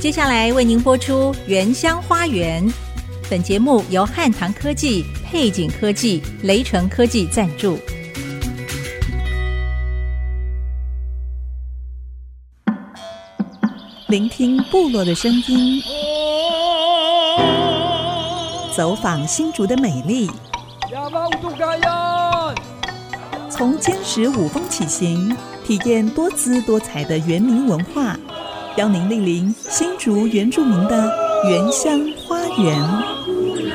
接下来为您播出《原乡花园》，本节目由汉唐科技、配景科技、雷成科技赞助。聆听部落的声音，走访新竹的美丽。从坚实五峰起行，体验多姿多彩的原民文化，邀您莅临新竹原住民的原乡花园。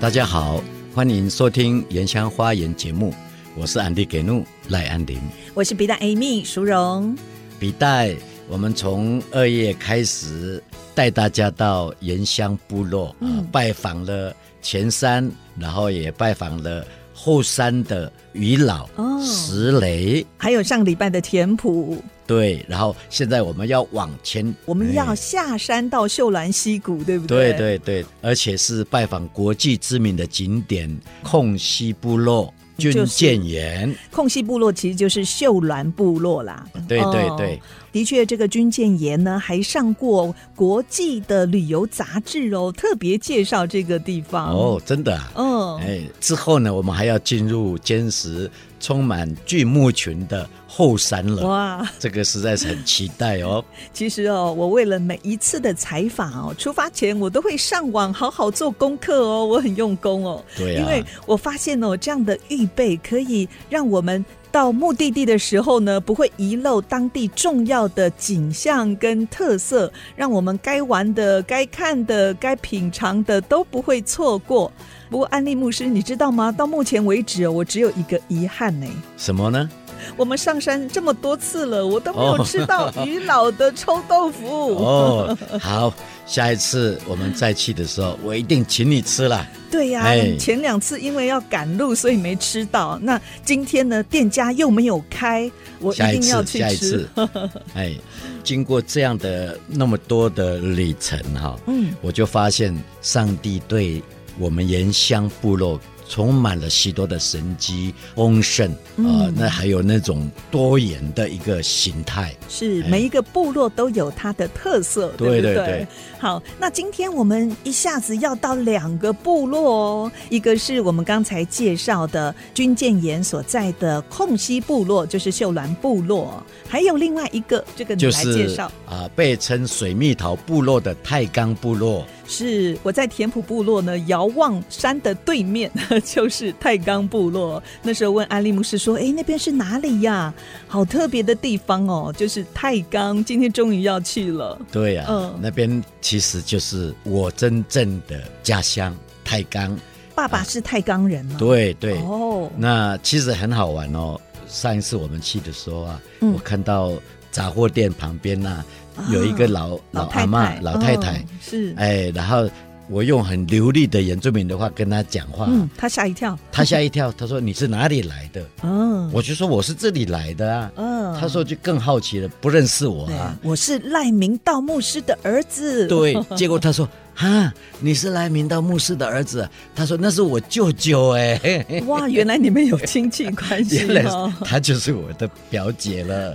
大家好，欢迎收听《原乡花园》节目，我是安迪给怒赖安林。我是鼻大 Amy 淑荣，笔袋，我们从二月开始带大家到原乡部落啊、拜访了前山，然后也拜访了后山的余老、哦石雷，还有上礼拜的田埔，对，然后现在我们要往前，我们要哎下山到秀兰溪谷，对不对对？对对，而且是拜访国际知名的景点空溪部落就军是舰岩，空隙部落其实就是秀兰部落啦。对对哦对，的确，这个军舰岩呢还上过国际的旅游杂志哦，特别介绍这个地方。哦，真的啊，嗯，哎，之后呢，我们还要进入坚实、充满巨木群的后山了。哇，这个实在是很期待 哦。其实哦，我为了每一次的采访哦，出发前我都会上网好好做功课哦，我很用功哦，对因为啊，我发现哦，这样的预备可以让我们到目的地的时候呢，不会遗漏当地重要的景象跟特色，让我们该玩的、该看的、该品尝的都不会错过。不过，安利牧师，你知道吗？到目前为止哦，我只有一个遗憾呢。什 么呢？我们上山这么多次了，我都没有哦吃到于老的臭豆腐。哦，好，下一次我们再去的时候，我一定请你吃啦。对呀、哎前两次因为要赶路，所以没吃到。那今天呢，店家又没有开， 我一下一定要次，去下一吃次。。 哎，经过这样的那么多的旅程哈、嗯，我就发现上帝对我们原乡部落充满了许多的神机丰盛啊、呃嗯那还有那种多元的一个形态。是哎每一个部落都有它的特色，对不对对对？好，那今天我们一下子要到两个部落哦，一个是我们刚才介绍的军舰岩所在的空溪部落，就是秀兰部落，还有另外一个，这个你就来介是绍啊。、被称水蜜桃部落的太钢部落，是我在田埔部落呢，遥望山的对面 就是太钢部落。那时候问安利牧师说：“哎，那边是哪里呀？好特别的地方哦，就是太钢。今天终于要去了。对呀、嗯那边其实就是我真正的家乡太钢，爸爸是太钢人哦。对对，嗯哦，那其实很好玩哦。上一次我们去的时候啊，嗯我看到杂货店旁边呐、啊有一个老、老阿太嬷太，老太太，嗯是，哎，然后我用很流利的原住民的话跟她讲话，嗯，他吓一跳。她吓一跳，她说你是哪里来的？嗯，我就说我是这里来的啊。嗯，她说就更好奇了，不认识我对啊。我是赖明道牧师的儿子。，对， 结果她说哈，你是来明道牧师的儿子啊？她说那是我舅舅 哎、哇，原来你们有亲戚关系原来 哦。她就是我的表姐了。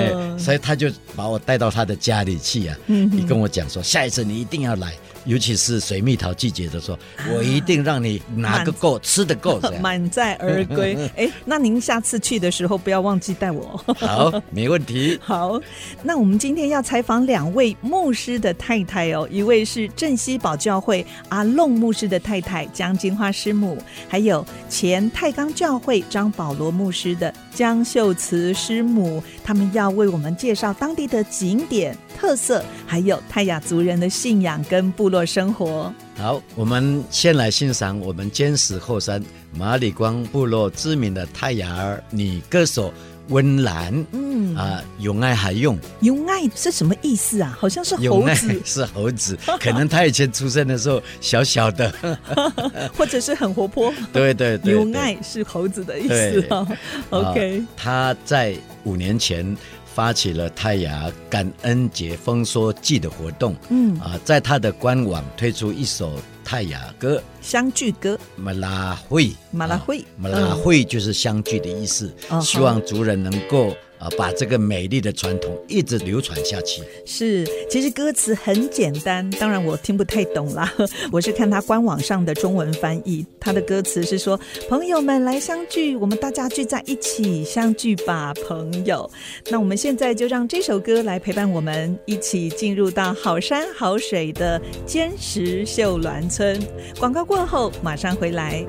哎，嗯，所以他就把我带到他的家里去啊。嗯哼你跟我讲说，下一次你一定要来，尤其是水蜜桃季节的时候，啊我一定让你拿个够，吃的够。这样满载而 归。哎，那您下次去的时候不要忘记带我。 好，没问题。好，那我们今天要采访两位牧师的太太哦，一位是镇西堡教会阿弄牧师的太太江金花师母，还有前太钢教会张保罗牧师的江秀慈师母，他们要为我们介绍当地的景点特色，还有泰雅族人的信仰跟部落生活。好，我们先来欣赏我们坚实后山马里光部落知名的泰雅儿女歌手温岚嗯，啊、永爱还用，永爱是什么意思啊？好像是永猴爱 子是猴子，可能他以前出生的时候小小的， 或者是很活泼。对对对有对爱是猴子的意思哦。OK， 啊他在五年前发起了泰雅感恩节丰收季的活动嗯啊、在他的官网推出一首泰雅歌、相聚歌，马拉会、马拉会啊马嗯拉会就是相聚的意思。嗯希望族人能够啊把这个美丽的传统一直流传下去。是，其实歌词很简单，当然我听不太懂啦。 我是看他官网上的中文翻译，他的歌词是说：“朋友们来相聚，我们大家聚在一起相聚吧，朋友。”那我们现在就让这首歌来陪伴我们，一起进入到好山好水的坚实秀峦村。广告过后马上回来。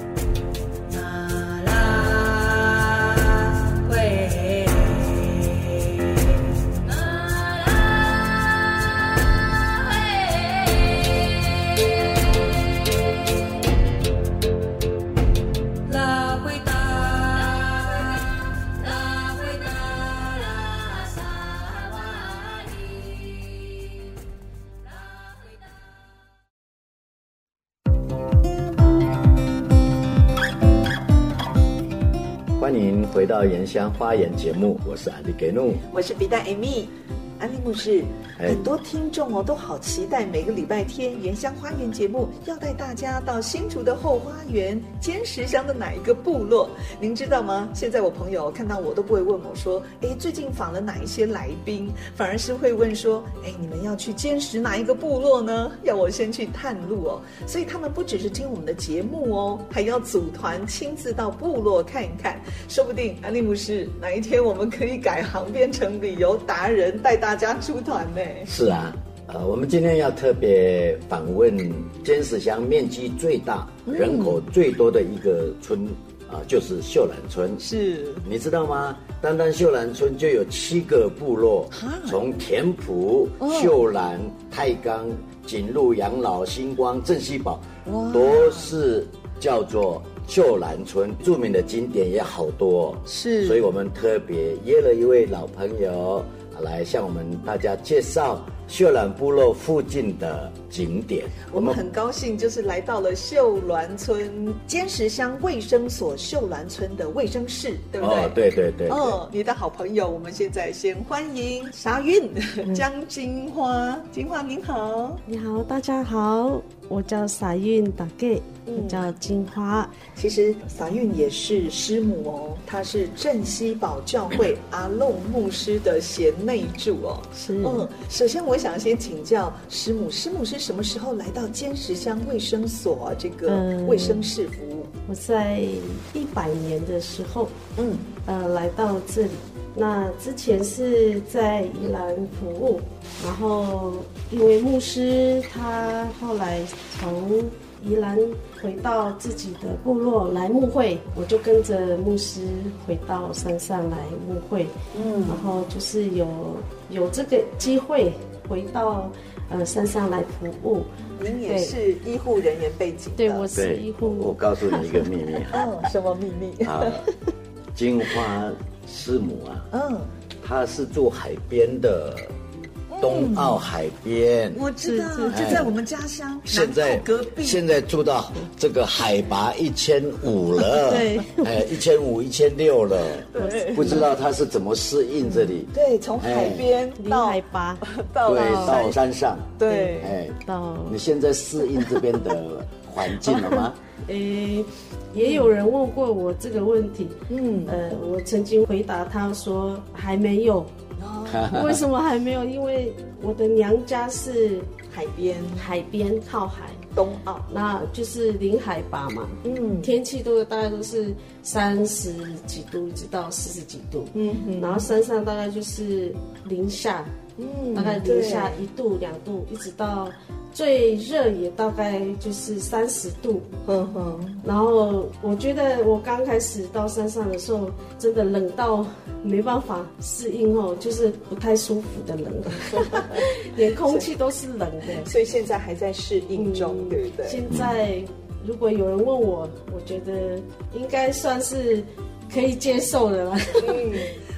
马拉会，马拉会，拉会达，拉会达拉萨瓦里，拉会达。欢迎回到《原乡花园》节目，我是阿迪给怒。我是皮蛋 Amy。安利牧师，哎很多听众哦都好期待每个礼拜天原乡花园节目要带大家到新竹的后花园尖石乡的哪一个部落？您知道吗？现在我朋友看到我都不会问我说，哎，最近访了哪一些来宾，反而是会问说，哎，你们要去尖石哪一个部落呢？要我先去探路哦。所以他们不只是听我们的节目哦，还要组团亲自到部落看一看，说不定安利牧师哪一天我们可以改行变成旅游达人，带大家出团呢。是啊，呃，我们今天要特别访问尖石乡面积最大、人口最多的一个村啊、就是秀兰村。是你知道吗？单单秀兰村就有七个部落，从田埔、秀兰、太钢、锦鹿、养老、星光、镇西堡，都是叫做秀兰村。著名的景点也好多、哦，是所以我们特别约了一位老朋友啊来向我们大家介绍秀兰部落附近的景点。我们很高兴，就是来到了秀峦村尖石乡卫生所秀峦村的卫生室，对不对？哦，对对对对欸哦，你的好朋友，我们现在先欢迎沙韵、江金花，金花您好。你好，大家好，我叫撒运打给，我叫金花，其实撒韵也是师母哦，她是镇西堡教会阿弄牧师的贤内助哦。是嗯，首先我想先请教师母，师母是什么时候来到尖石乡卫生所、这个嗯卫生室服务？我在一百年的时候，嗯，呃，来到这里。那之前是在宜兰服务，然后因为牧师他后来从宜兰回到自己的部落来牧会，我就跟着牧师回到山上来牧会。嗯，然后就是有有这个机会回到呃山上来服务。您也对是医护人员背景的，对，我是医对，我我护，告诉你一个秘密啊。嗯，什么秘密？啊，金花师母啊，嗯，她是住海边的，东澳海边。我知道，是就在我们家乡现嗯在南投隔壁，现在住到这个海拔一千 五了，对，哎，一千五、一千六了，不知道她是怎么适应这里，对，从海边离到海拔到对，了到山山上，对，哎，到你现在适应这边的环境了 吗？诶，也有人问过我这个问题，嗯，呃，我曾经回答他说还 没有，为什么还没有？因为我的娘家是海边海边靠海，东澳，那就是零海拔嘛，嗯，天气都大概都是三十几度一直到四十几度，嗯哼然后山上大概就是零下，嗯大概零下一度两度，一直到最热也大概就是三十度。哼哼，然后我觉得我刚开始到山上的时候，真的冷到没办法适应哦，就是不太舒服的冷，连空气都是冷的。所以现在还在适应中，对不对？现在如果有人问我，我觉得应该算是可以接受的了。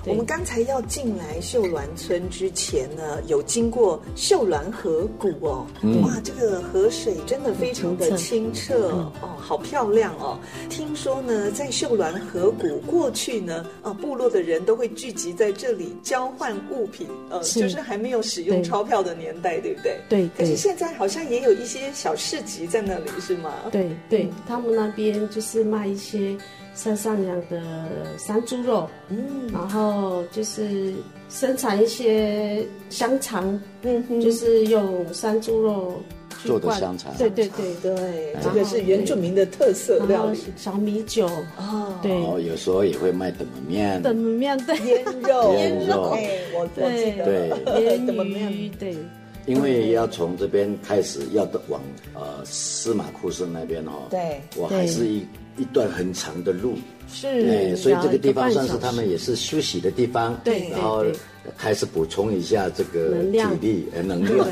我们刚才要进来秀峦村之前呢，有经过秀峦河谷哦，哇，这个河水真的非常的清澈哦，好漂亮哦。听说呢，在秀峦河谷过去呢，呃，部落的人都会聚集在这里交换物品，呃，是就是还没有使用对钞票的年代，对不对？对可是对现在好像也有一些小市集在那里，是吗？对嗯对，他们那边就是卖一些山上养的山猪肉，嗯然后就是生产一些香肠，嗯哼，就是用山猪肉去做的灌香肠对对对对，对，然这后个是原住民的特色然料后理小米酒，哦。对然，后有时候也会卖等面，等面对 腌肉，腌肉哎，我我记得，对怎么样腌鱼，对因为要从这边开始，要到往呃司马库斯那边哈、哦，对我还是一一段很长的路，哎是，所以这然后个一地半方算小是他们时也是休息的地方，对对然后对开始补充一下这个能体量力呃能量，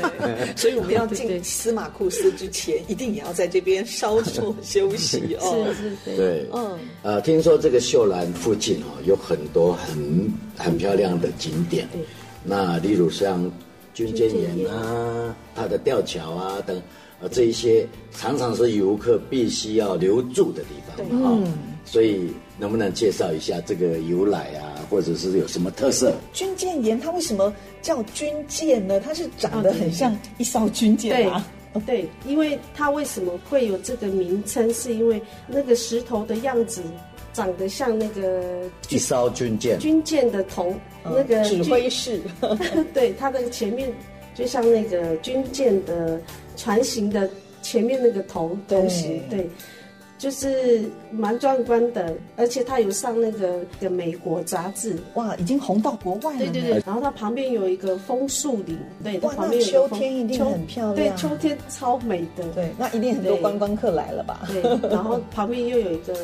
所以我们要对对进对司马库斯之前，一定也要在这边稍 作休息哦是。是对。对，嗯，呃，听说这个秀兰附近哦，有很多很很漂亮的景点对，那例如像军舰军舰岩啊、它的吊桥啊等，呃，这一些常常是游客必须要留住的地方嘛哈、哦所以能不能介绍一下这个由来啊，或者是有什么特色？军舰岩它为什么叫军舰呢？它是长得哦对很像一艘军舰对啊。对，因为它为什么会有这个名称，是因为那个石头的样子长得像那个一艘军舰，军舰的头，那个嗯指军挥，室， 对，它的前面就像那个军舰的船型的前面那个头对头型，对。就是蛮壮观的，而且它有上那个的美国杂志，哇，已经红到国外了。对对，对。然后它旁边有一个枫树林，对，它嗯哇，旁那边有一秋个枫天一定秋很漂对，亮。秋天超美的，对对，那一定很多对观光客来了吧？对，然后旁边又有一个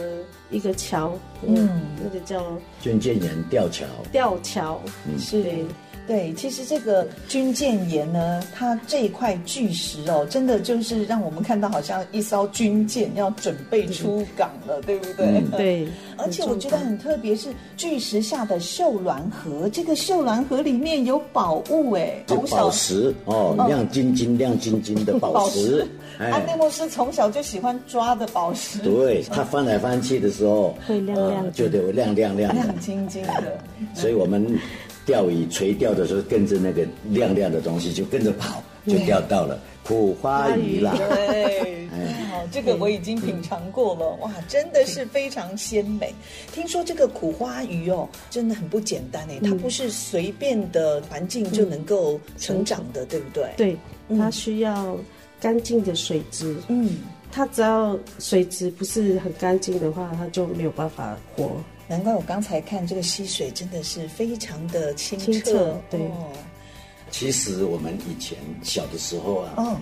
一个桥，嗯嗯，那个叫军舰岩吊桥，吊桥，嗯是对对，其实这个军舰岩呢，它这一块巨石哦，真的就是让我们看到好像一艘军舰要准备出港了，对不对？嗯对，而且我觉得很特别，是巨石下的秀峦河，这个秀峦河里面有宝物哎，这从小宝石哦，亮晶晶、亮晶晶的宝石，哎安内莫斯从小就喜欢抓的宝石，对，它翻来翻去的时候，呃会亮亮的就得有亮亮亮的亮。晶晶的。所以我们钓鱼垂钓的时候，跟着那个亮亮的东西就跟着跑，就钓到了苦花鱼啦。对，好，哎这哎个我已经品尝过嗯了，哇，真的是非常鲜美。听说这个苦花鱼哦，真的很不简单嗯哎，它不是随便的环境就能够成长的，对不对？，嗯对，嗯它需要干净的水质，嗯，它只要水质不是很干净的话，它就没有办法活。难怪我刚才看这个溪水真的是非常的清澈，清澈对哦其实我们以前小的时候啊，哦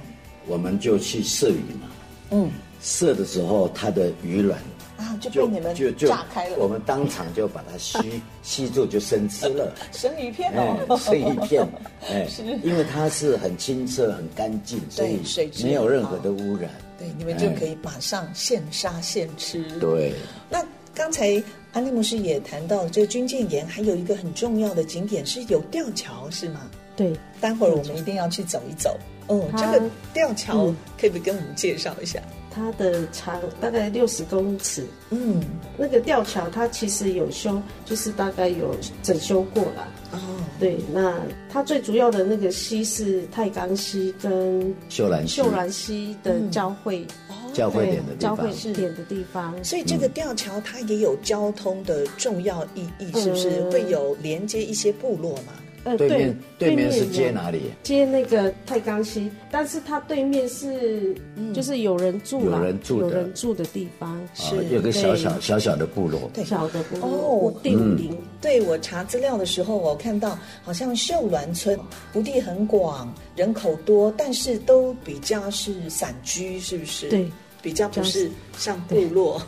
我们就去射鱼嘛，嗯射的时候它的鱼卵啊，就被你们就就炸开我了，们当场就把 它吸吸住，就生吃了。生鱼片哎哦，，剩一片，哎，因为它是很清澈、很干净，所以对水质没有任何的污染。 对，你们就哎可以马上现杀现吃，对对，那刚才安利牧师也谈到，这个军舰岩还有一个很重要的景点是有吊桥，是吗？对，待会儿我们一定要去走一走。哦，这它个吊桥嗯可不可以跟我们介绍一下？它的长大概六十公尺，嗯，那个吊桥它其实有修，就是大概有整修过了。哦，对，那它最主要的那个溪是太钢溪跟秀兰溪秀兰溪的交汇，教会点的对地交方，汇点的地方。所以这个吊桥它也有交通的重要意义，是不是？嗯会有连接一些部落嘛？呃，对面对面是有接哪里？啊接那个太钢溪，但是它对面是、就是有人住啦嗯有人住的有人住的地方，啊有个小小嗯对小小的部落，对小的不哦不定林，对我查资料的时候，我看到好像秀峦村土地很广，人口多，但是都比较是散居，是不是？对，比较不是像部落，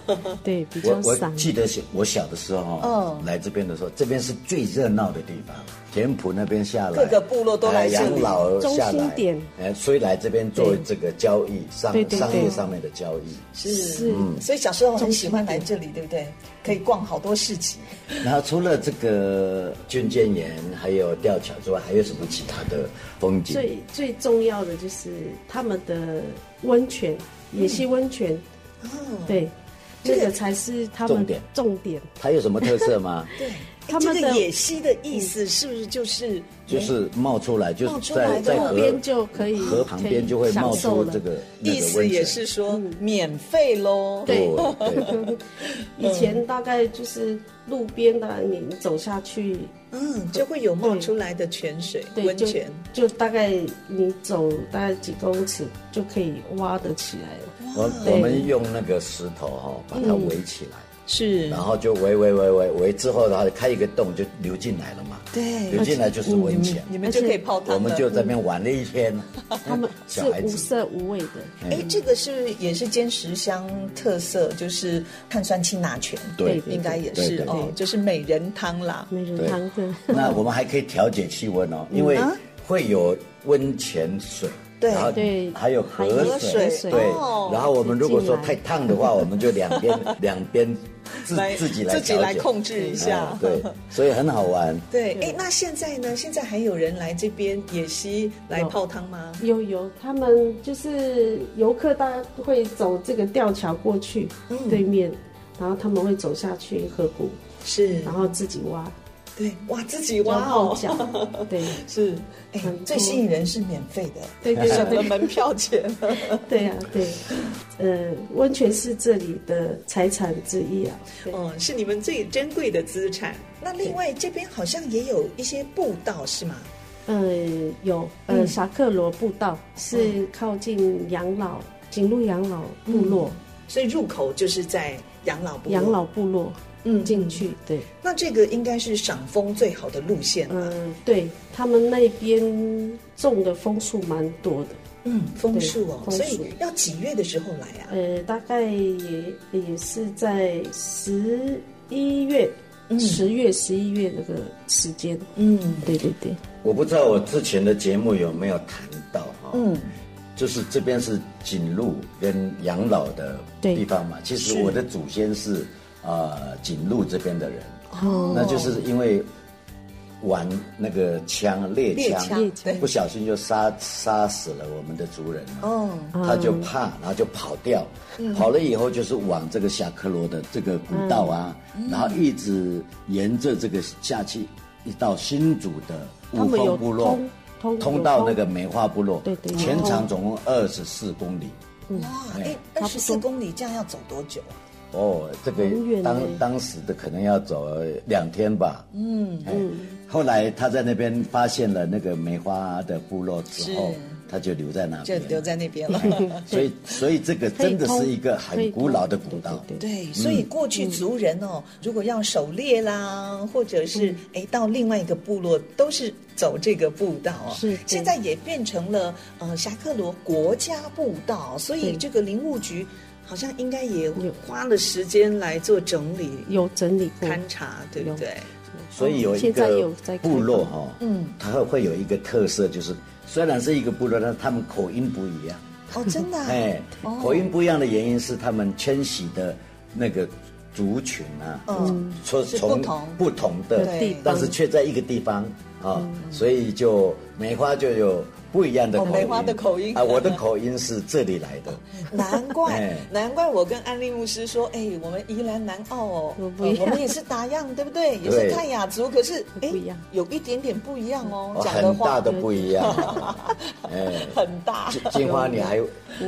对，比我较我散。记得小我小的时候，嗯来这边的时候，这边是最热闹的地方。田埔那边下来，各个部落都来哎这里养老下中来心点，哎，所以来这边做这个交易商对对对商业上面的交易。是。 是，嗯所以小时候很喜欢来这里，对不对？可以逛好多市集。然后除了这个军舰岩还有吊桥之外，还有什么其他的风景？最最重要的就是他们的温泉，野溪温泉，嗯，对，这个才是他们重点重点。它有什么特色吗？对。他哎这们个的野溪的意思是不是就是哎就是冒出来，就冒是出来在的在路河边就可以河旁可边以就会冒享受出了这个那意个思温也泉。是说免费喽？嗯对对对以前大概就是路边的，你走下去，嗯，就会有冒出来的泉水、对，温就泉。就大概你走大概几公尺就可以挖得起来了。我对我们用那个石头哈、哦，把它围起来，是然后就围围围围围之后，然后开一个洞就流进来了嘛。对，流进来就是温泉，你们就可以泡汤了。我们就在那边玩了一天。他们是小孩无子色无味的，嗯哎，这个是不是也是尖石乡特色，就是碳酸氢钠泉，对对应该也对是对哦，就是美人汤啦。没人对汤的。 那我们还可以调节气温哦，因为会有温泉水。嗯啊对然后对还有河河水水，对哦。然后我们如果说自己太来烫的话，我们就两边两边自来自己来自己来调节控制一下哎对，所以很好玩。对，哎，那现在呢？现在还有人来这边野溪来有泡汤吗？有有，他们就是游客，大家会走这个吊桥过去、对面，然后他们会走下去河谷，是然，后自己挖，对，哇，自己然挖后哦，脚， 对是，哎很，多最吸引人是免费的，对对省了对门票钱。对呀、对，呃，温泉是这里的财产之一啊，对嗯，是你们最珍贵的资产。那另外这边好像也有一些步道是吗？呃，有呃，侠客罗步道是靠近养老景路养老嗯部落、所以入口就是在养老部落养老部落嗯进。去，对，那这个应该是赏枫最好的路线了。呃，对他们那边种的枫树蛮多的。嗯，枫树哦，对枫所树以要几月的时候来啊？呃，大概也也是在十一月、十、月、十一月那个时间。嗯，对对对，我不知道我之前的节目有没有谈到哈、嗯，就是这边是景路跟养老的对地方嘛。其实我的祖先是呃景路这边的人，哦，那就是因为玩那个枪猎猎枪，枪对不小心就杀杀死了我们的族人嘛。哦，他就怕，然后就跑掉，嗯跑了以后就是往这个夏克罗的这个古道啊，嗯然后一直沿着这个下去，一到新竹的他五们有峰部落通，通通到那个梅花部落，对对全长总共二十四公里。嗯哇，哎，二十四公里这样要走多久啊？哦，这个很远当呢当时的可能要走两天吧。嗯嗯。后来他在那边发现了那个梅花的部落之后是，他就留在那就边，嗯留在那边了。 所以，所以这个可以真的通是一个可很以古老的通古道。对对对对，所嗯以过去族人哦，如果要狩猎啦，或者嗯是哎到另外一个部落，都是走这个步道哦。是对现在也变成了呃侠客罗国家步道，所以对这个林务局好像应该也有花了时间来做整理、有整理过。勘察，对不对？所哦以有一嗯现在个有在开部落放哈、嗯嗯，它会有一个特色，就是虽然是一个部落，但是他们口音不一样。 哦，真的、啊，哎，口音不一样的原因是他们迁徙的那个族群啊，嗯从是从不同不同的对嗯地方但是却在一个地方啊，所以就梅花就有不一样的哦口音。梅花的口音啊，我的口音是这里来的。难怪哎，难怪我跟安利牧师说，哎，我们宜兰南澳哦，我不呃一样我们也是达样，对不对？也是对泰雅族，可是哎不一样，有一点点不一样哦哦，讲的很话大的不一样， 哎，很大。金金花，你还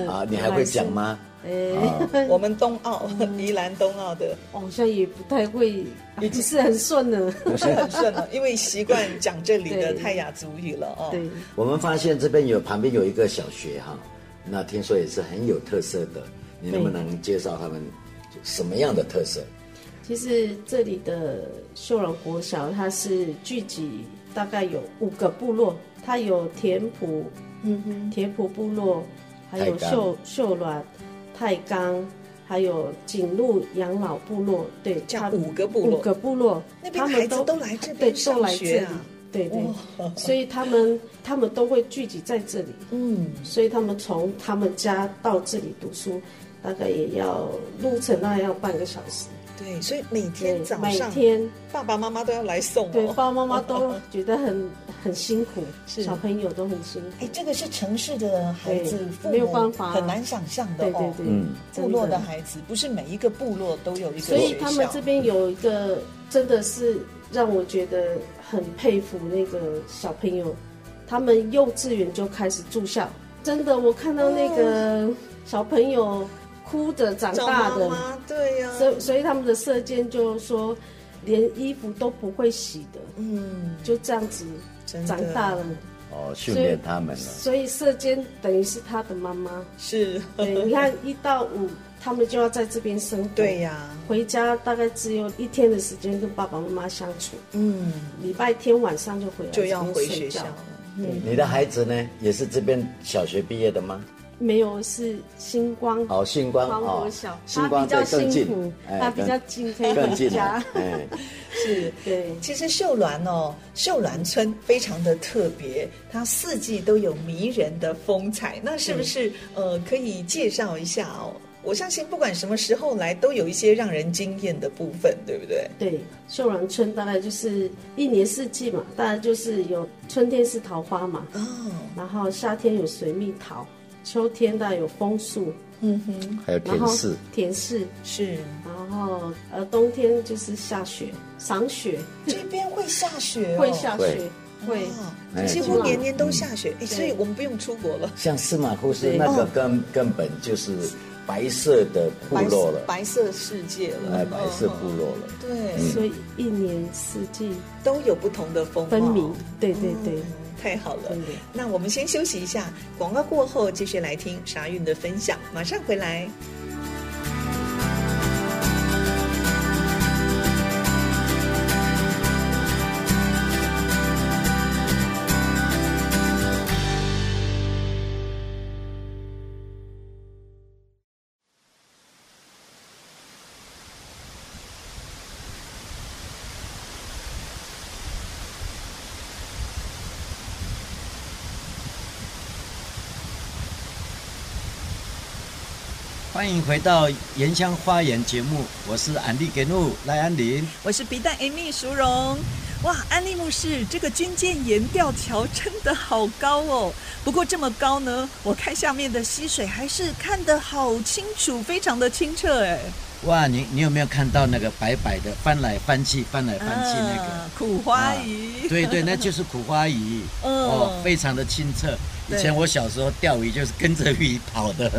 啊，你还会讲吗？啊啊呃，我们东澳，嗯宜兰东澳的哦好像也不太 会，不是很顺呢。不是很顺了，因为习惯讲这里的对泰雅族语了哦。对，我们发现这边有旁边有一个小学哈，那听说也是很有特色的，你能不能介绍他们什么样的特色？其实这里的秀朗国小，它是聚集大概有五个部落，它有田埔，嗯哼，田埔部落，还有太干秀秀峦，太钢，还有景路养老部落，对，这他样五个部落五个部落，那边他的们孩子都来这对，边都上来学这里啊，，对对，哇所以他们他们都会聚集在这里，嗯，所以他们从他们家到这里读书，大概也要路程那要半个小时，对，所以每对天早，每上天爸爸妈妈都要来送对哦。爸爸妈妈都觉得很很辛苦，是小朋友都很辛苦，哎，这个是城市的孩子对，父母没有办法很难想象的对对哦。对，嗯真部落的孩子不是每一个部落都有一个所以他们学校这边有一个真的是让我觉得很佩服那个小朋友，他们幼稚园就开始住校，真的我看到那个小朋友哭着长找哦大妈的，妈，对呀、所以所以他们的射箭就说连衣服都不会洗的，嗯，就这样子真的长大了，哦，训练他们了。所以射箭等于是他的 妈妈。是， 对，你看一到五他们就要在这边生活，对呀、回家大概只有一天的时间跟爸爸妈妈相处，嗯，礼拜天晚上就回来就要这边回睡学觉校。嗯你的孩子呢，也是这边小学毕业的吗？没有是星光哦，星光光哦国小，，星他光比较对更辛苦近，，哎他比较 更近啊可以更回近家了，。哎，是对，其实秀峦哦，秀峦村非常的特别，它四季都有迷人的风采。那是不是、嗯呃可以介绍一下哦？我相信不管什么时候来，都有一些让人惊艳的部分，对不对？对，秀兰村大概就是一年四季嘛，大概就是有春天是桃花嘛，哦，然后夏天有水蜜桃，秋天大概有枫树，嗯哼， 还有然田后氏，田氏，是然后呃冬天就是下雪，赏雪这边会下雪、哦，啊会下雪会，会嗯哎哦，几乎年年都下雪，哎，对所以我们不用出国了。像司马库斯对哦那个根根本就是白色的部白落色了，白色世界了，哎，白嗯色部落嗯了。对，所以一年四季都有不同的风貌分明。对对对，嗯太好了真的，那我们先休息一下，广告过后继续来听沙韵的分享，马上回来。欢迎回到《原乡花园》节目，我是安利给路赖安林。我是皮蛋 Amy 淑荣。哇，安利牧师，这个军舰沿吊桥真的好高哦！不过这么高呢，我看下面的溪水还是看得好清楚，非常的清澈哎。哇，你你有没有看到那个白白的翻来翻去、翻来翻去那个？啊苦花鱼，对对，那就是苦花鱼， 嗯哦，非常的清澈。以前我小时候钓鱼就是跟着鱼跑 的，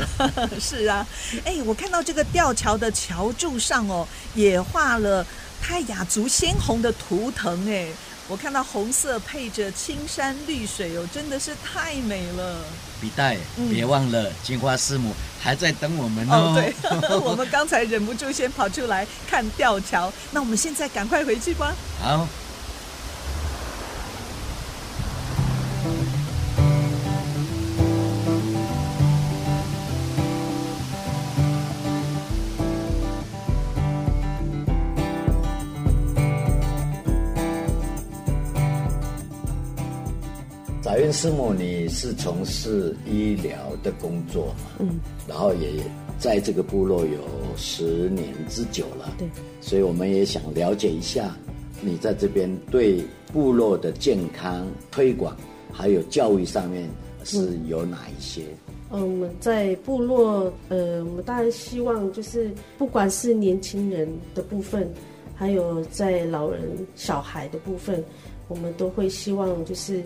是啊。哎，我看到这个吊桥的桥柱上哦，也画了泰雅族鲜红的图腾哎。我看到红色配着青山绿水哦，真的是太美了。笔袋，别忘了金花师母还在等我们嗯哦哦。，对， 我们刚才忍不住先跑出来看吊桥，那我们现在赶快回去吧。好，早运师母，你是从事医疗的工作嘛？嗯，然后也在这个部落有十年之久了。对，所以我们也想了解一下，你在这边对部落的健康推广还有教育上面是有哪一些？嗯，我们在部落，呃，我们当然希望就是，不管是年轻人的部分，还有在老人、小孩的部分，我们都会希望就是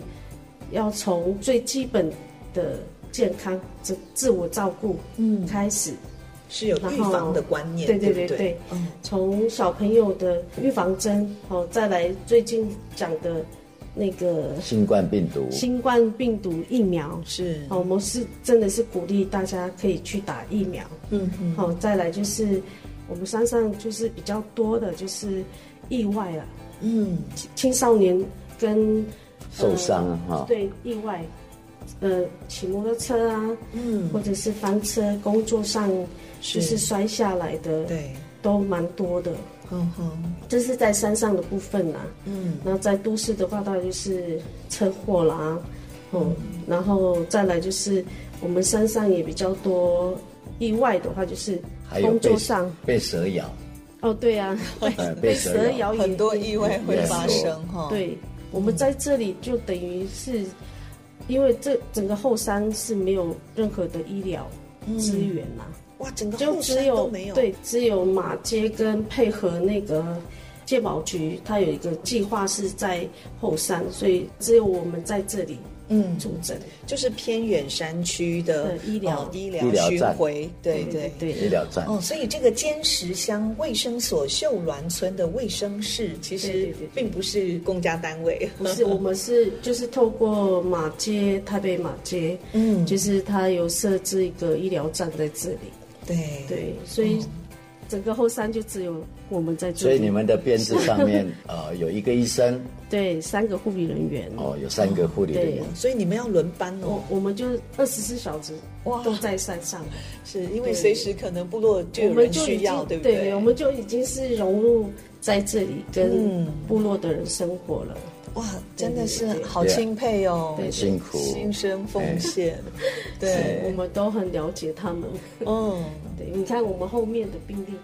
要从最基本的健康、自自我照顾，嗯，开始，是有预防的观念，对对对不对，嗯从小朋友的预防针，哦，再来最近讲的那个新冠病毒，新冠病毒疫苗，是哦，我们是真的是鼓励大家可以去打疫苗。嗯嗯，好、再来就是我们山上就是比较多的就是意外了，嗯，青少年跟受伤啊哈对意外，呃骑摩托车啊，嗯，或者是翻车，工作上就是是摔下来的，对，都蛮多的。嗯哼，这是在山上的部分啦、嗯，然后在都市的话，当然就是车祸啦，哦、然后再来就是我们山上也比较多意外的话，就是还有工被作上，被蛇咬，哦，对啊，呃，被 被蛇蛇咬也很多意嗯外会也发是生哦哈。，对，我们在这里就等于是，因为这整个后山是没有任何的医疗资源呐、哇，整个就嗯后只山有都没有，对，只有马街跟配合那个鉴宝局，它有一个计划是在后山，所以只有我们在这里嗯，驻镇。就是偏远山区的对医疗哦医医疗疗巡站回，对对。对医疗站，哦，所以这个坚石乡卫生所秀峦村的卫生室其对实对对对并不是公家单位，不是，我们是就是透过马街台北马街，嗯就是它有设置一个医疗站在这里， 对对，所哦以整个后山就只有我们在这所里。以你们的编制上面 呃有一个医生，对三个护理人员哦，有三个护理人员对，所以你们要轮班哦我，我们就二十四小时哇都在山上，是因为对随时可能部落 就我有们人就已需要，经对不我们就已经是融入在这里跟嗯部落的人生活了。哇，真的是对对对好钦佩哦，对哎很辛苦，心生奉献，对我对，们都很了解他 们。嗯，对，你看我们后面的病例，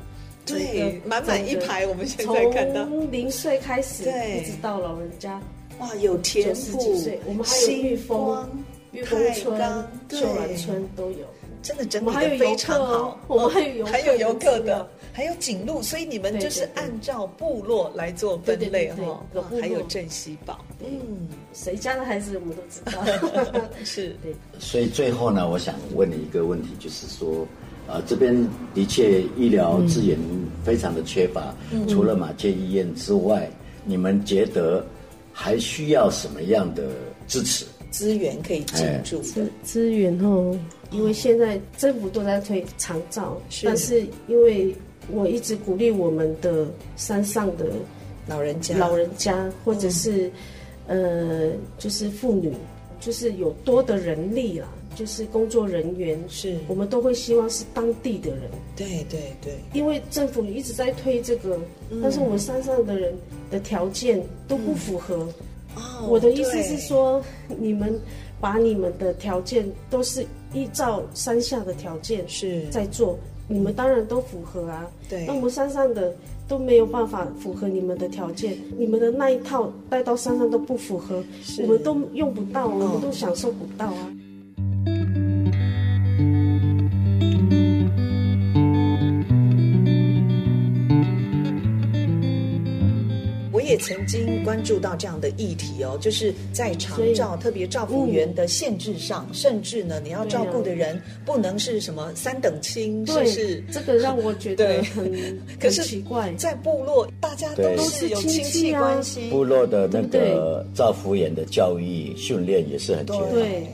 对那，个满满一整个排，我们现在看到，从零岁开始，对一直到老人家，哇，有田90埔几岁，我们还有星玉峰光玉峰村太钢、对秀兰村都有。真的整我理们还有游的非客常哦好，，我 们还有游客还有游客资料的，，还有景路，所以你们对就对是对按照部落来做分对对类对哈对，有哇部落还有镇西堡，嗯，谁家的孩子我们都知道。 是对，所以最后呢，我想问你一个问题，就是说，呃，这边的确医疗资源非常的缺乏，嗯除了马街医院之外，你们觉得还需要什么样的支持？资源可以进驻的资资源哦，因为现在政府都在推长照，是但是因为我一直鼓励我们的山上的老人家，老人家或者是、呃，就是妇女，就是有多的人力啦，就是工作人员，是我们都会希望是当地的人，对对对，因为政府一直在推这个，嗯但是我们山上的人的条件都不符合。哦我的意思对是说，你们把你们的条件都是依照山下的条件是在做，你们当然都符合啊。对那我们山上的都没有办法符合你们的条件，你们的那一套带到山上都不符合，我们都用不到，我哦们都享受不到啊。我也曾经关注到这样的议题哦，就是在长照，特别照顾员的限制上，嗯甚至呢，你要照顾的人不能是什么三等亲，是对，啊不是？这个让我觉对得很 可很是奇怪。在部落，大家都对是有都是亲亲戚戚啊关系，部落的那对个造福员的教育训练也是很缺乏。对，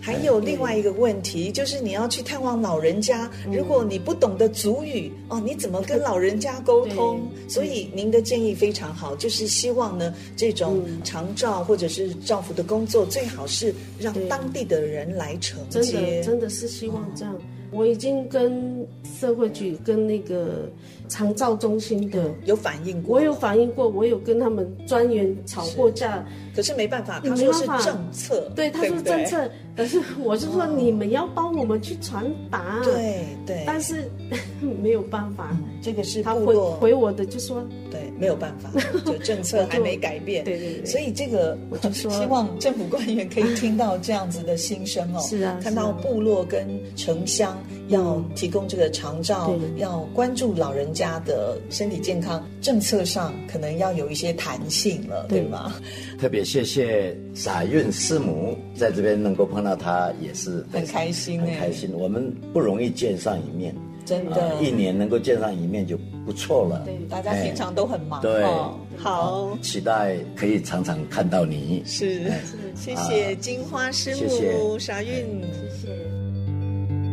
还有另外一个问题，就是你要去探望老人家，嗯如果你不懂得族语哦，你怎么跟老人家沟通？对所以您的建议非常好，就是希望呢，这种嗯长照或者是照护的工作，最好是让对当地的人来承真的接。真的是希望这样。我已经跟社会局、跟那个长照中心的，有反应过，我有，反映过，我有跟他们专员吵过架。可是没办法，你他没说是办法政策，对，他说不政，策，可是我就说你们要帮我们去传达。，对对，但是 没有办法。这个是他部回落，回我的就说，对，没有 办法，就政策还没改变，对对对所以这个我就说希望政府官员可以听到这样子的心声哦，是啊看到是啊部落跟城乡要提供这个长照，嗯对要关注老人家的身体健康，政策上可能要有一些弹性了，对对吗？特别谢谢傻运师母在这边能够碰到她，也是非很常开心很哎开心。我们不容易见上一面，真啊的，一年能够见上一面就不错了。对大家平常都很忙对哦，好。嗯期待可以常常看到你。是，嗯谢谢金花师谢谢母傻韵。谢谢。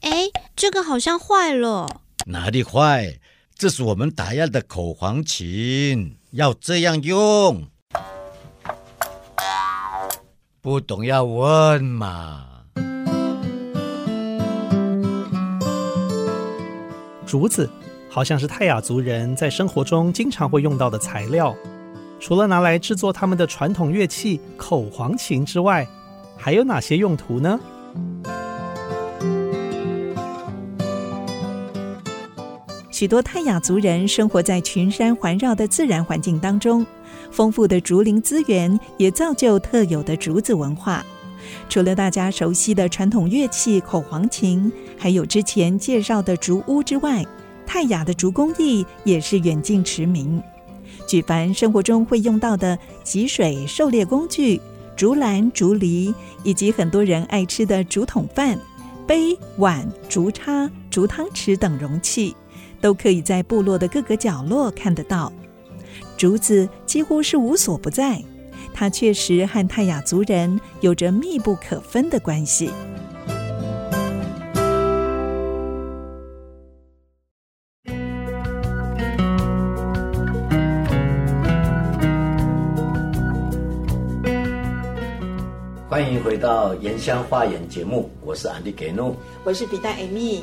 哎这个好像坏了。哪里坏？这是我们打药的口簧琴，要这样用。不懂要问嘛。竹子好像是泰雅族人在生活中经常会用到的材料。除了拿来制作他们的传统乐器口簧琴之外，还有哪些用途呢？许多泰雅族人生活在群山环绕的自然环境当中，丰富的竹林资源也造就特有的竹子文化。除了大家熟悉的传统乐器口簧琴，还有之前介绍的竹屋之外，泰雅的竹工艺也是远近驰名。举凡生活中会用到的汲水狩猎工具、竹篮、竹篱，以及很多人爱吃的竹筒饭、杯、碗、竹叉、竹汤匙等容器，都可以在部落的各个角落看得到。竹子几乎是无所不在，它确实和泰雅族人有着密不可分的关系。欢迎回到《原乡花园》节目，我是安迪给诺。我是皮蛋 Amy。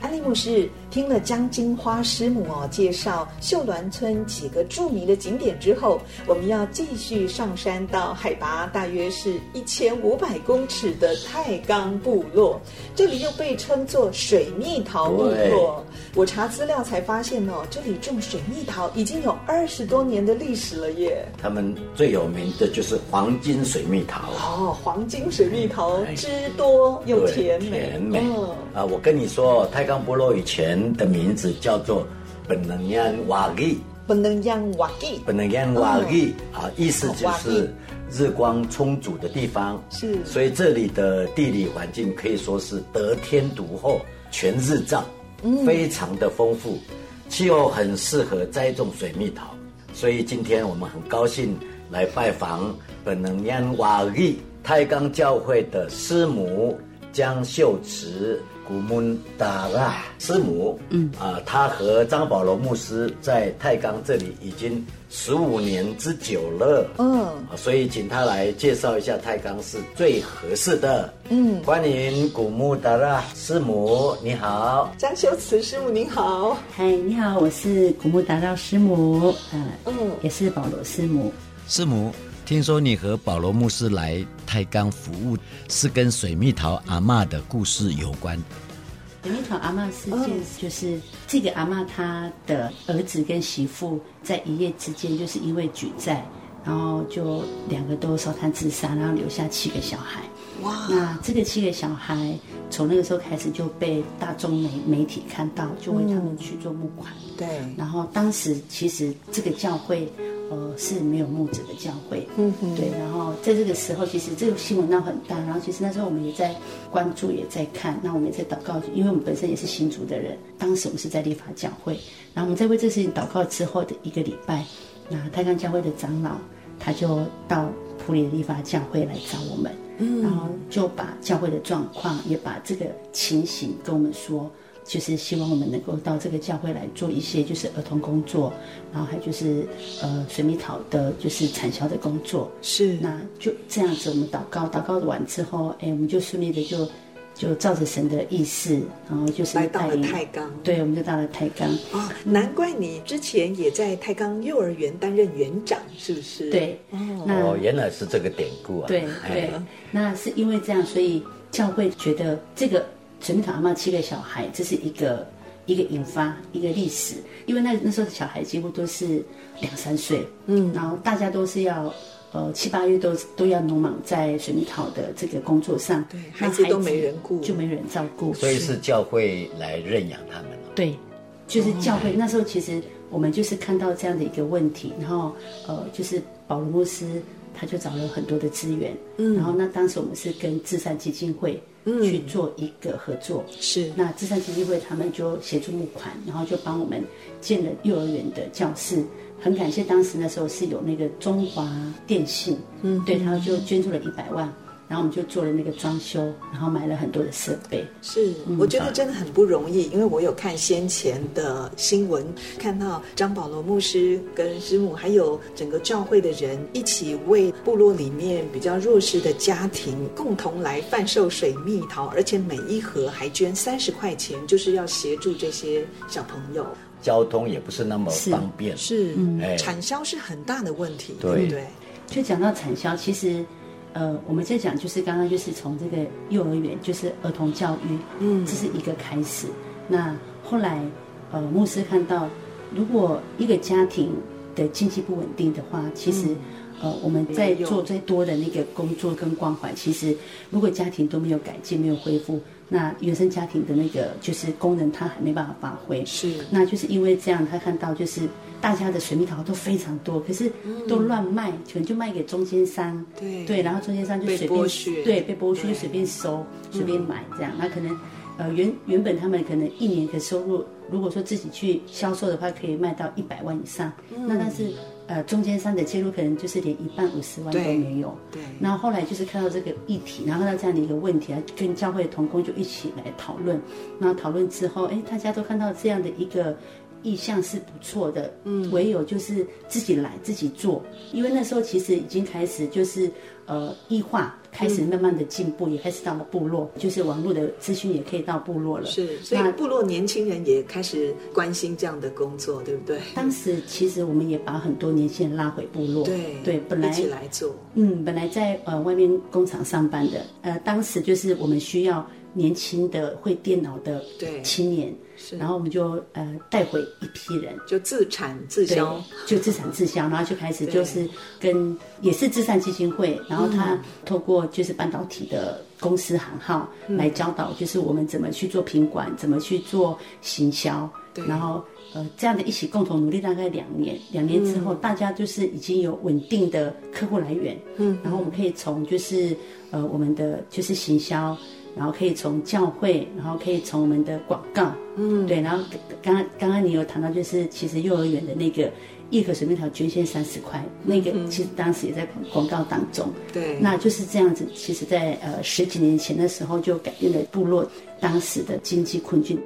安利牧师听了江金花师母哦介绍秀峦村几个著名的景点之后，我们要继续上山到海拔大约是一千五百公尺的太钢部落，这里又被称作水蜜桃部落。我查资料才发现哦，这里种水蜜桃已经有二十多年的历史了耶。他们最有名的就是黄金水蜜桃，哦，黄金水蜜桃汁多又哎对甜美，甜美、嗯啊！我跟你说，泰康部落以前的名字叫做本能样瓦利，不能让瓦地本能样瓦利、哦啊，意思就是日光充足的地方。是所以这里的地理环境可以说是得天独厚，全日照，非常的丰富，气候很适合栽种水蜜桃。所以今天我们很高兴来拜访本能安瓦利泰刚教会的师母江秀慈古木达拉师母。嗯啊，她和张保罗牧师在泰刚这里已经十五年之久了。嗯。啊，所以请他来介绍一下泰钢是最合适的。嗯，欢迎古木达拉师母，你好。张修慈师傅您好，嗨，你好，我是古木达道师母，呃，嗯，也是保罗师母。师母，听说你和保罗牧师来泰钢服务，是跟水蜜桃阿嬷的故事有关。水蜜桃阿嬷事件就是这个阿嬷她的儿子跟媳妇在一夜之间就是因为举债，然后就两个都烧炭自杀，然后留下七个小孩。哇！那这个七个小孩从那个时候开始就被大众媒媒体看到，就为他们去做募款。对，然后当时其实这个教会，呃，是没有牧者的教会，嗯对。然后在这个时候，其实这个新闻闹很大，然后其实那时候我们也在关注，也在看，那我们也在祷告，因为我们本身也是新族的人，当时我们是在立法教会，然后我们在为这事情祷告之后的一个礼拜，那泰康教会的长老他就到普里的立法教会来找我们，然后就把教会的状况，也把这个情形跟我们说，就是希望我们能够到这个教会来做一些就是儿童工作，然后还有就是呃水蜜桃的就是产销的工作。是那就这样子，我们祷告，祷告完之后，哎，我们就顺利的就就照着神的意思，然后就是来到了带太钢对，我们就到了泰冈。哦，难怪你之前也在太钢幼儿园担任园长，是不是？，嗯对，那哦，原来是这个典故啊。 对对，那是因为这样，所以教会觉得这个水蜜桃阿嬷七个小孩，这是一个一个引发一个历史，因为那那时候的小孩几乎都是两三岁，嗯，然后大家都是要。呃，七八月都都要农忙在水蜜桃的这个工作上，对那孩子都没人顾就没人照顾，所以是教会来认养他们哦。对，就是教会、那时候，其实我们就是看到这样的一个问题，然后呃，就是保罗牧师他就找了很多的资源，嗯，然后那当时我们是跟慈善基金会去做一个合作，是那慈善基金会他们就协助募款，然后就帮我们建了幼儿园的教室。很感谢当时那时候是有那个中华电信，嗯，对，他就捐助了一百万，然后我们就做了那个装修，然后买了很多的设备。是，嗯我觉得真的很不容易，因为我有看先前的新闻，看到张保罗牧师跟师母，还有整个教会的人一起为部落里面比较弱势的家庭共同来贩售水蜜桃，而且每一盒还捐三十块钱，就是要协助这些小朋友。交通也不是那么是方便，是，哎产销是很大的问题，对对不对？就讲到产销，其实，呃，我们在讲就是刚刚就是从这个幼儿园，就是儿童教育，嗯，这是一个开始。那后来，呃，牧师看到，如果一个家庭的经济不稳定的话，其嗯实，呃，我们在做最多的那个工作跟关怀，其实如果家庭都没有改进、没有恢复，那原生家庭的那个就是功能，它还没办法发挥。是那就是因为这样，他看到就是大家的水蜜桃都非常多，可是都乱卖，可能就卖给中间商。嗯对对，然后中间商就被随剥便削对被剥削对就随便收、随便买这样。那可能呃原原本他们可能一年的收入，如果说自己去销售的话，可以卖到一百万以上。嗯那但是呃中间商的介入，可能就是连一半五十万都对没有。对然后后来就是看到这个议题，然后看到这样的一个问题，跟教会的同工就一起来讨论。然后讨论之后，哎，大家都看到这样的一个意向是不错的，嗯，唯有就是自己来自己做，因为那时候其实已经开始就是呃异化，开始慢慢的进步，也开始到了部落，就是网络的资讯也可以到部落了，是，所以那部落年轻人也开始关心这样的工作，对不对？当时其实我们也把很多年轻人拉回部落，对对，本来一起来做，嗯，本来在呃外面工厂上班的，呃，当时就是我们需要年轻的会电脑的对青年，是然后我们就呃带回一批人，就自产自对销，，就自产自销，然后就开始对就是跟也是慈善基金会，然后他透过就是半导体的公司行号来教导，就是我们怎么去做品管，怎么去做行销对，然后呃这样的一起共同努力，大概两年，两年之后、大家就是已经有稳定的客户来源，嗯，然后我们可以从就是呃我们的就是行销。然后可以从教会，然后可以从我们的广告，嗯，对，然后刚刚刚刚你有谈到，就是其实幼儿园的那个一盒水蜜桃捐献三十块，那个其实当时也在广广告当中，对，那就是这样子。其实在，呃十几年前的时候，就改变了部落当时的经济困境。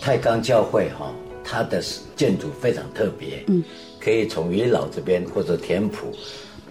太钢教会哈、它的建筑非常特别，嗯，可以从渔老这边或者田埔，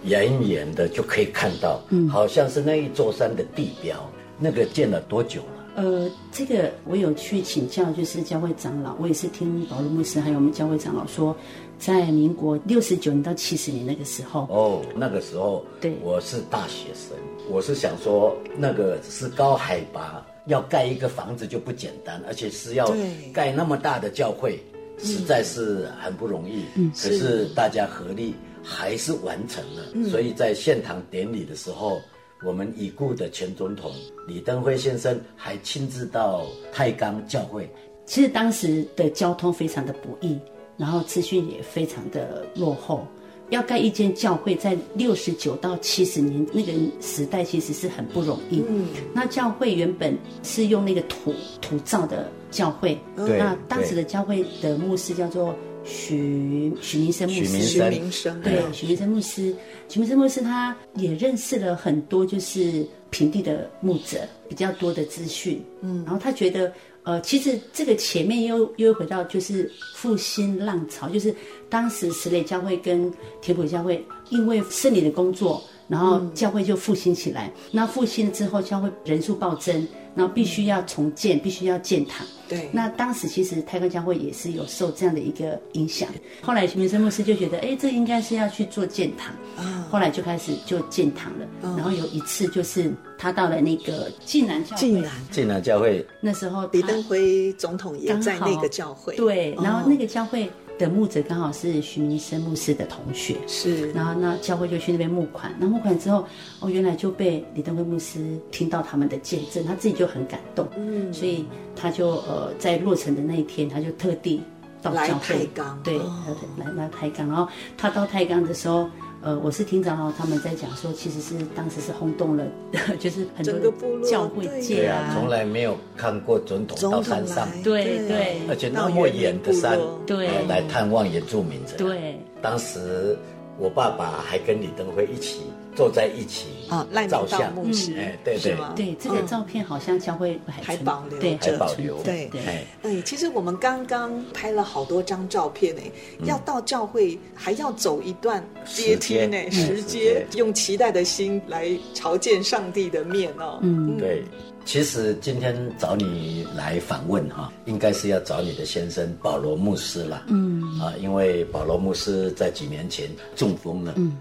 远远的就可以看到，嗯，好像是那一座山的地标。那个建了多久了？呃，这个我有去请教，就是教会长老，我也是听保罗牧师还有我们教会长老说，在民国六十九年到七十年那个时候，哦，那个时候，对我是大学生，我是想说，那个是高海拔，要盖一个房子就不简单，而且是要对盖那么大的教会，实在是很不容易。可嗯是嗯大家合力还是完成了，所以在献堂典礼的时候。我们已故的前总统李登辉先生还亲自到太钢教会其实当时的交通非常的不易，然后资讯也非常的落后。要盖一间教会，在六十九到七十年那个时代，其实是很不容易。嗯，那教会原本是用那个土土造的教会，对那当时的教会的牧师叫做许许明生牧师，许明徐生明生，哎对，许明生牧师，许明生牧师他也认识了很多就是平地的牧者，比较多的资讯，嗯，然后他觉得，呃，其实这个前面又又回到就是复兴浪潮，就是当时石磊教会跟铁普教会因为圣灵的工作。然后教会就复兴起来，那复兴之后，教会人数暴增，然后必须要重建，必须要建堂。对，那当时其实泰戈教会也是有受这样的一个影响。后来徐明生牧师就觉得，哎，这应该是要去做建堂，啊后来就开始就建堂了。哦然后有一次就是他到了那个晋南教竟会然，进了教会，那时候他李登哦辉总统也在那个教会，对，然后那个个教会的牧者刚好是徐明生牧师的同学，是然后那教会就去那边募款，那募款之后，哦，原来就被李登辉牧师听到他们的见证，他自己就很感动，嗯，所以他就呃在落成的那一天，他就特地到来教太会，钢对，哦哦来来到台港，然后他到台港的时候，呃，我是听长老他们在讲说，其实是当时是轰动了， 就是很多整个部落教会界对啊啊，，从来没有看过总统到山上，对对啊而且那么远的到原山民，部落呃对来探望原住民者。，对当时我爸爸还跟李登辉一起坐在一起啊赖明照道相，牧师哎，对是对，吗？嗯对，这个照片好像教会还还存保留对着还保存留着对对。哎，哎，其实我们刚刚拍了好多张照片呢，嗯要到教会还要走一段阶梯呢，石阶石嗯阶石，阶用期待的心来朝见上帝的面哦。嗯，对，其实今天找你来访问哈、应该是要找你的先生保罗牧师啦。嗯，啊，因为保罗牧师在几年前中风了。嗯，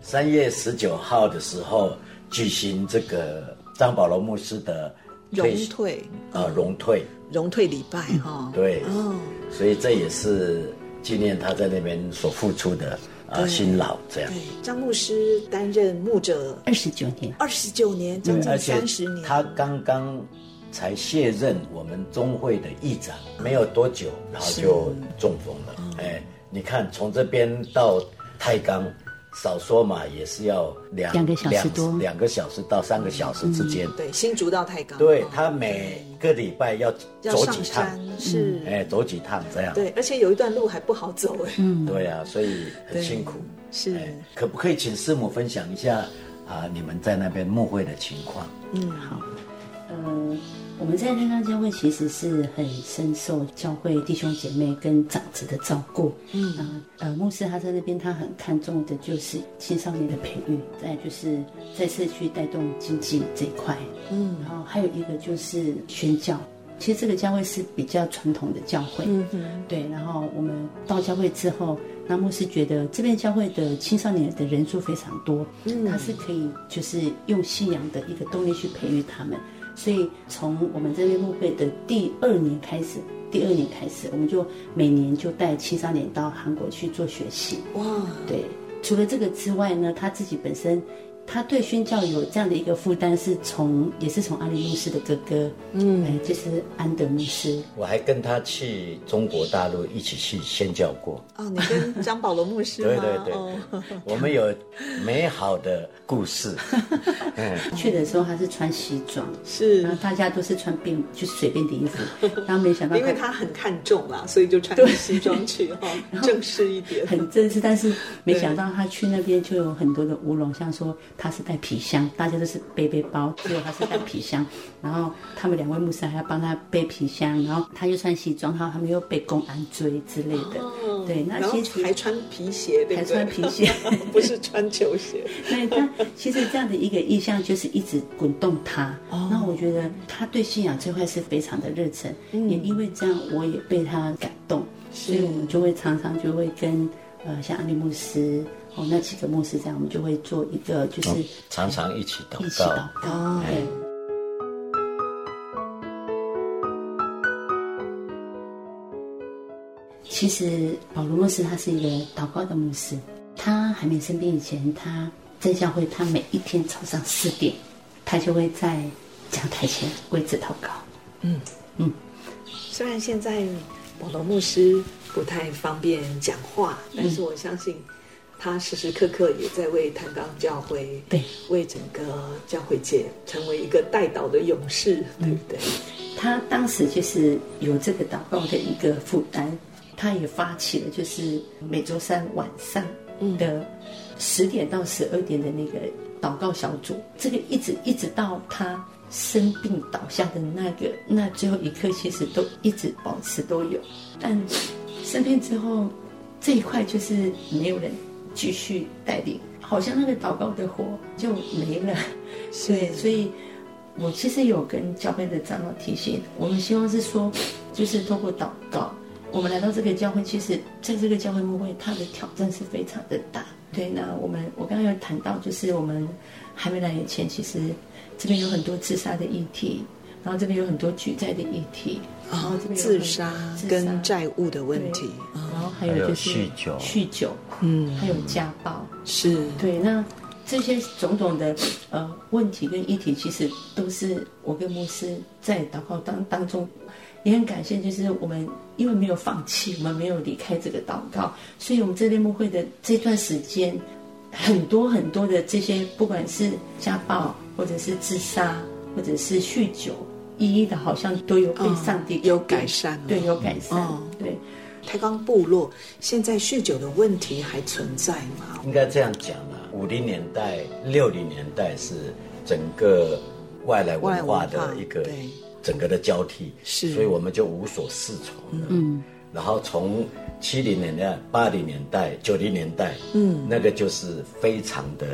三月十九号的时候举行这个张保罗牧师的荣退退呃荣退，荣退礼拜哈，对，哦，所以这也是纪念他在那边所付出的呃辛劳，这样对。，张牧师担任牧者二十九年，二十九年，嗯将而近且三十年，他刚刚才卸任我们中会的议长，没有多久，然后就中风哦了。哎，你看从这边到太钢，少说嘛也是要两两个小时多两两个小时到三个小时之间。对新竹到太高，对哦他每个礼拜要要走上几趟，山是，哎，走几趟这样。对，而且有一段路还不好走哎，嗯对啊，所以很辛苦。是哎可不可以请师母分享一下啊？你们在那边牧会的情况？嗯呃，我们在太康教会其实是很深受教会弟兄姐妹跟长子的照顾。嗯，呃，牧师他在那边他很看重的就是青少年的培育，再来就是在社区带动经济这一块。嗯，然后还有一个就是宣教。其实这个教会是比较传统的教会，嗯对。然后我们到教会之后，那牧师觉得这边教会的青少年的人数非常多，嗯，他是可以就是用信仰的一个动力去培育他们。所以从我们这边牧会的第二年开始，第二年开始，我们就每年就带青少年到韩国去做学习。哇，对，除了这个之外呢，他自己本身，他对宣教有这样的一个负担，是从也是从阿里牧师的哥哥，嗯，哎，就是安德牧师，我还跟他去中国大陆一起去宣教过，哦，你跟张保罗牧师对吗？对对哦，我们有美好的故事。嗯，去的时候他是穿西装，嗯然后是。大家都是穿便就是随便的衣服，然后没想到因为他很看重嗯啦，所以就穿着西装去哈， 正式一点。很正式，但是没想到他去那边就有很多的乌龙，像说他是带皮箱，大家都是背背包，只有他是带皮箱。然后他们两位牧师还要帮他背皮箱，然后他又穿西装，然后他们又被公安追之类的。对，那然后其实还穿皮鞋，对还不对？穿皮鞋不是 穿球鞋。对， 那其实这样的一个意向就是一直滚动他。那我觉得他对信仰这块是非常的热忱，也因为这样，我也被他感动，所以我们就会常常就会跟呃像安利牧师哦那几个牧师这样，我们就会做一个就是常常一起祷 一起告。祷告。哦对其实保罗牧师他是一个祷告的牧师，他还没生病以前，他在教会，他每一天早上四点，他就会在讲台前为此祷告。虽然现在保罗牧师不太方便讲话，但是我相信他时时刻刻也在为坛冈教会，对，为整个教会界成为一个带导的勇士，对不对？他当时就是有这个祷告的一个负担，他也发起了就是每周三晚上的十点到十二点的那个祷告小组，这个一直一直到他生病倒下的那个那最后一刻，其实都一直保持都有，但生病之后这一块就是没有人继续带领，好像那个祷告的火就没了，对，所以。我其实有跟教会的长老提醒，我们希望是说，就是透过祷告，我们来到这个教会，其实在这个教会牧会，它的挑战是非常的大。对，那我们我刚刚有谈到，就是我们还没来以前，其实这边有很多自杀的议题，然后这边有很多举债的议题，啊然后这边有很自杀自跟债务的问题啊对然后还有就是还有酗酒酗酒，嗯，还有家暴，是对，那这些种种的呃问题跟议题，其实都是我跟牧师在祷告当当中，也很感谢，就是我们因为没有放弃，我们没有离开这个祷告，所以我们这边牧会的这段时间，很多很多的这些，不管是家暴，或者是自杀，或者是酗酒，一一的好像都有被上帝、嗯有改善了对，有改善，嗯对。台钢部落现在酗酒的问题还存在吗？应该这样讲啦，五零年代、六零年代是整个外来文化外来文的化一个对整个的交替，是所以我们就无所适从了。嗯，然后从七零年代、八零年代、九零年代，嗯，那个就是非常的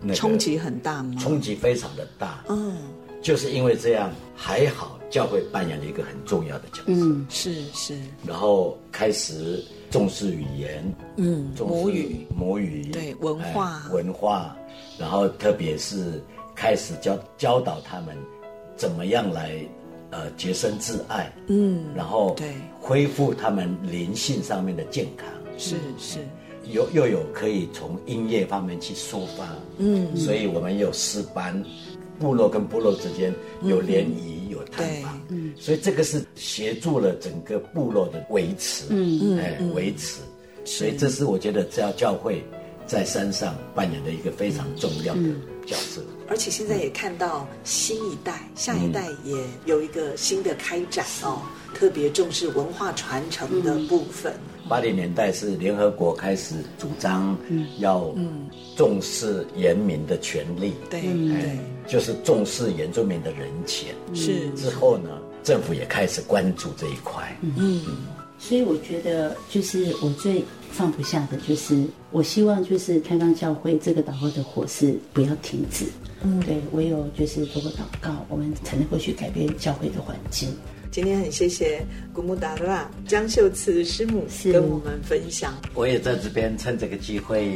那个冲击很大吗？冲击非常的大。嗯，就是因为这样，还好教会扮演了一个很重要的角色。嗯，是是，然后开始重视语言，嗯，母语，母语，对文化哎文化，然后特别是开始教教导他们怎么样来呃洁身自爱，嗯，然后对恢复他们灵性上面的健康，是是，有又有可以从音乐方面去抒发，嗯，所以我们有诗班，部落跟部落之间有联谊、有探访，嗯，所以这个是协助了整个部落的维持，嗯嗯，哎，维持，所以这是我觉得教教会在山上扮演的一个非常重要的角色，而且现在也看到新一代、下一代也有一个新的开展哦，特别重视文化传承的部分。八零年代是联合国开始主张要重视原民的权利，嗯对哎，就是重视原住民的人权。对，是之后呢，政府也开始关注这一块。所以我觉得，就是我最放不下的，就是我希望就是开放教会这个祷告的火是不要停止。嗯，对，唯有就是通过祷告，我们才能够去改变教会的环境。今天很谢谢古木达拉江秀慈师母是跟我们分享。我也在这边趁这个机会，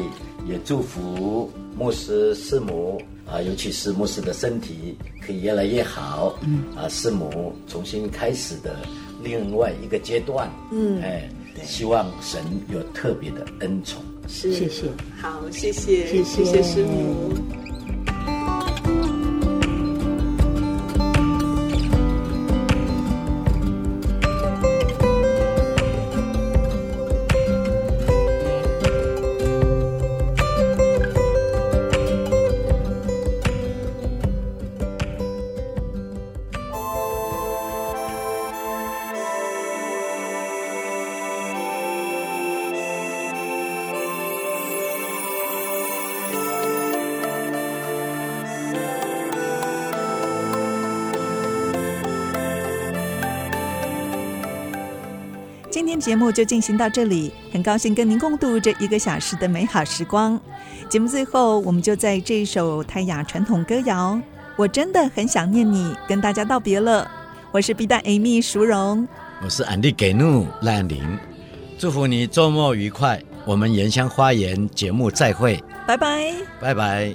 也祝福牧师师母啊，尤其是牧师的身体可以越来越好。嗯，啊，师母重新开始的另外一个阶段。嗯，哎，希望神有特别的恩宠。是，谢谢，好，谢谢，谢谢谢谢师母。今天节目就进行到这里，很高兴跟您共度这一个小时的美好时光。节目最后，我们就在这一首泰雅传统歌谣《我真的很想念你》跟大家道别了。我是 B 站 Amy 淑荣，我是安迪给怒赖安林，祝福你周末愉快。我们原乡花园节目再会，拜拜。拜拜。